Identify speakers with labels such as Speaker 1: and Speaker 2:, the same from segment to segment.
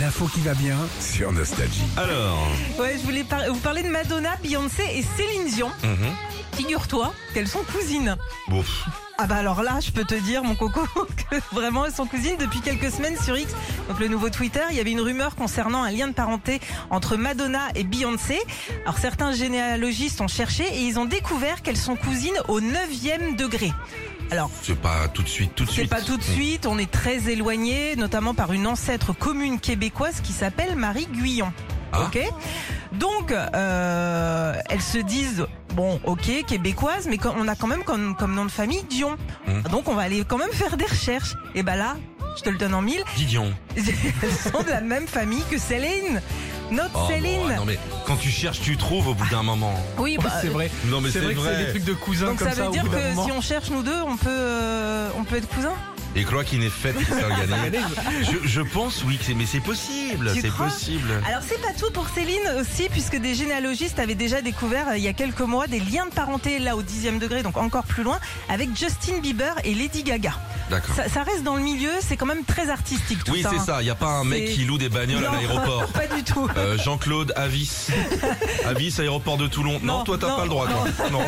Speaker 1: L'info qui va bien sur Nostalgie.
Speaker 2: Ah
Speaker 3: Alors,
Speaker 4: Ouais, je voulais par- vous parler de Madonna, Beyoncé et Céline Dion.
Speaker 3: Mhm.
Speaker 4: Figure-toi qu'elles sont cousines.
Speaker 3: bon,
Speaker 4: Ah bah alors là, je peux te dire, mon coco, que vraiment elles sont cousines depuis quelques semaines sur X. Donc le nouveau Twitter, il y avait une rumeur concernant un lien de parenté entre Madonna et Beyoncé. Alors certains généalogistes ont cherché et ils ont découvert qu'elles sont cousines au 9e degré. Alors,
Speaker 3: c'est pas tout de suite, tout de
Speaker 4: c'est
Speaker 3: suite.
Speaker 4: pas tout de suite, on est très éloigné, notamment par une ancêtre commune québécoise qui s'appelle Marie Guyon.
Speaker 3: Ah.
Speaker 4: Ok Donc, euh, elles se disent, bon, ok, québécoise, mais quand- on a quand même comme, comme nom de famille Dion.
Speaker 2: Mmh.
Speaker 3: Hmm.
Speaker 4: Donc, on va aller quand même faire des recherches. Et ben là, je te le donne en mille,
Speaker 3: Didion.
Speaker 4: elles sont de la même famille que Céline. Notre
Speaker 3: Oh, bon, ah,
Speaker 4: Céline.
Speaker 3: non mais quand tu cherches, tu trouves au bout d'un moment.
Speaker 4: oui, bah,
Speaker 2: c'est vrai.
Speaker 3: Non mais
Speaker 2: C'est vrai, que c'est des trucs de cousins
Speaker 4: donc
Speaker 2: comme
Speaker 4: ça
Speaker 2: ça.
Speaker 4: veut
Speaker 2: au
Speaker 4: dire
Speaker 2: bout d'un
Speaker 4: que
Speaker 2: moment.
Speaker 4: si on cherche nous deux, on peut, euh, on peut être cousins
Speaker 3: Et crois qu'il n'est fait qui s'organise. je, je pense oui, que c'est- mais c'est possible,
Speaker 4: Tu
Speaker 3: c'est
Speaker 4: crois Ah,
Speaker 3: possible.
Speaker 4: Alors c'est pas tout pour Céline aussi, puisque des généalogistes avaient déjà découvert euh, il y a quelques mois des liens de parenté, là au dixième degré, donc encore plus loin, avec Justin Bieber et Lady Gaga.
Speaker 3: D'accord.
Speaker 4: Ça, ça reste dans le milieu, c'est quand même très artistique tout
Speaker 3: Oui,
Speaker 4: ça.
Speaker 3: c'est
Speaker 4: hein.
Speaker 3: ça. Il y a pas un mec
Speaker 4: C'est-
Speaker 3: qui loue des bagnoles à
Speaker 4: Non.
Speaker 3: l'aéroport.
Speaker 4: Pas du tout.
Speaker 3: Euh, Jean-Claude Avis. Avis, aéroport de Toulon. Non,
Speaker 4: Non,
Speaker 3: toi, t'as
Speaker 4: non,
Speaker 3: pas le droit, toi. Non, non.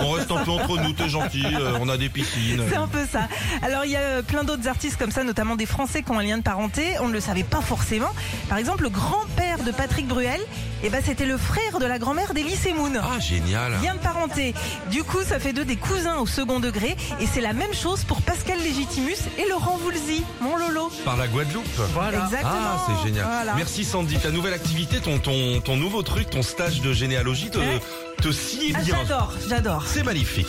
Speaker 3: on reste un peu entre nous, t'es gentil, euh, on a des piscines.
Speaker 4: C'est un peu ça. Alors il y a euh, plein d'autres artistes comme ça, notamment des Français qui ont un lien de parenté. On ne le savait pas forcément. Par exemple, le grand-père de Patrick Bruel, eh ben c'était le frère de la grand-mère d'Elise Moon.
Speaker 3: Ah, génial.
Speaker 4: Lien de parenté. Du coup, ça fait deux des cousins au second degré. Et c'est la même chose pour Pascal Légitimus et Laurent Voulzy, mon Lolo.
Speaker 3: Par la Guadeloupe.
Speaker 2: Voilà.
Speaker 4: Exactement.
Speaker 3: Ah, c'est génial.
Speaker 4: Voilà.
Speaker 3: Merci Sandy. Ta nouvelle activité, ton, ton, ton nouveau truc, ton stage de généalogie te,
Speaker 4: Ouais.
Speaker 3: te scie
Speaker 4: Ah,
Speaker 3: bien.
Speaker 4: j'adore, j'adore.
Speaker 3: C'est magnifique.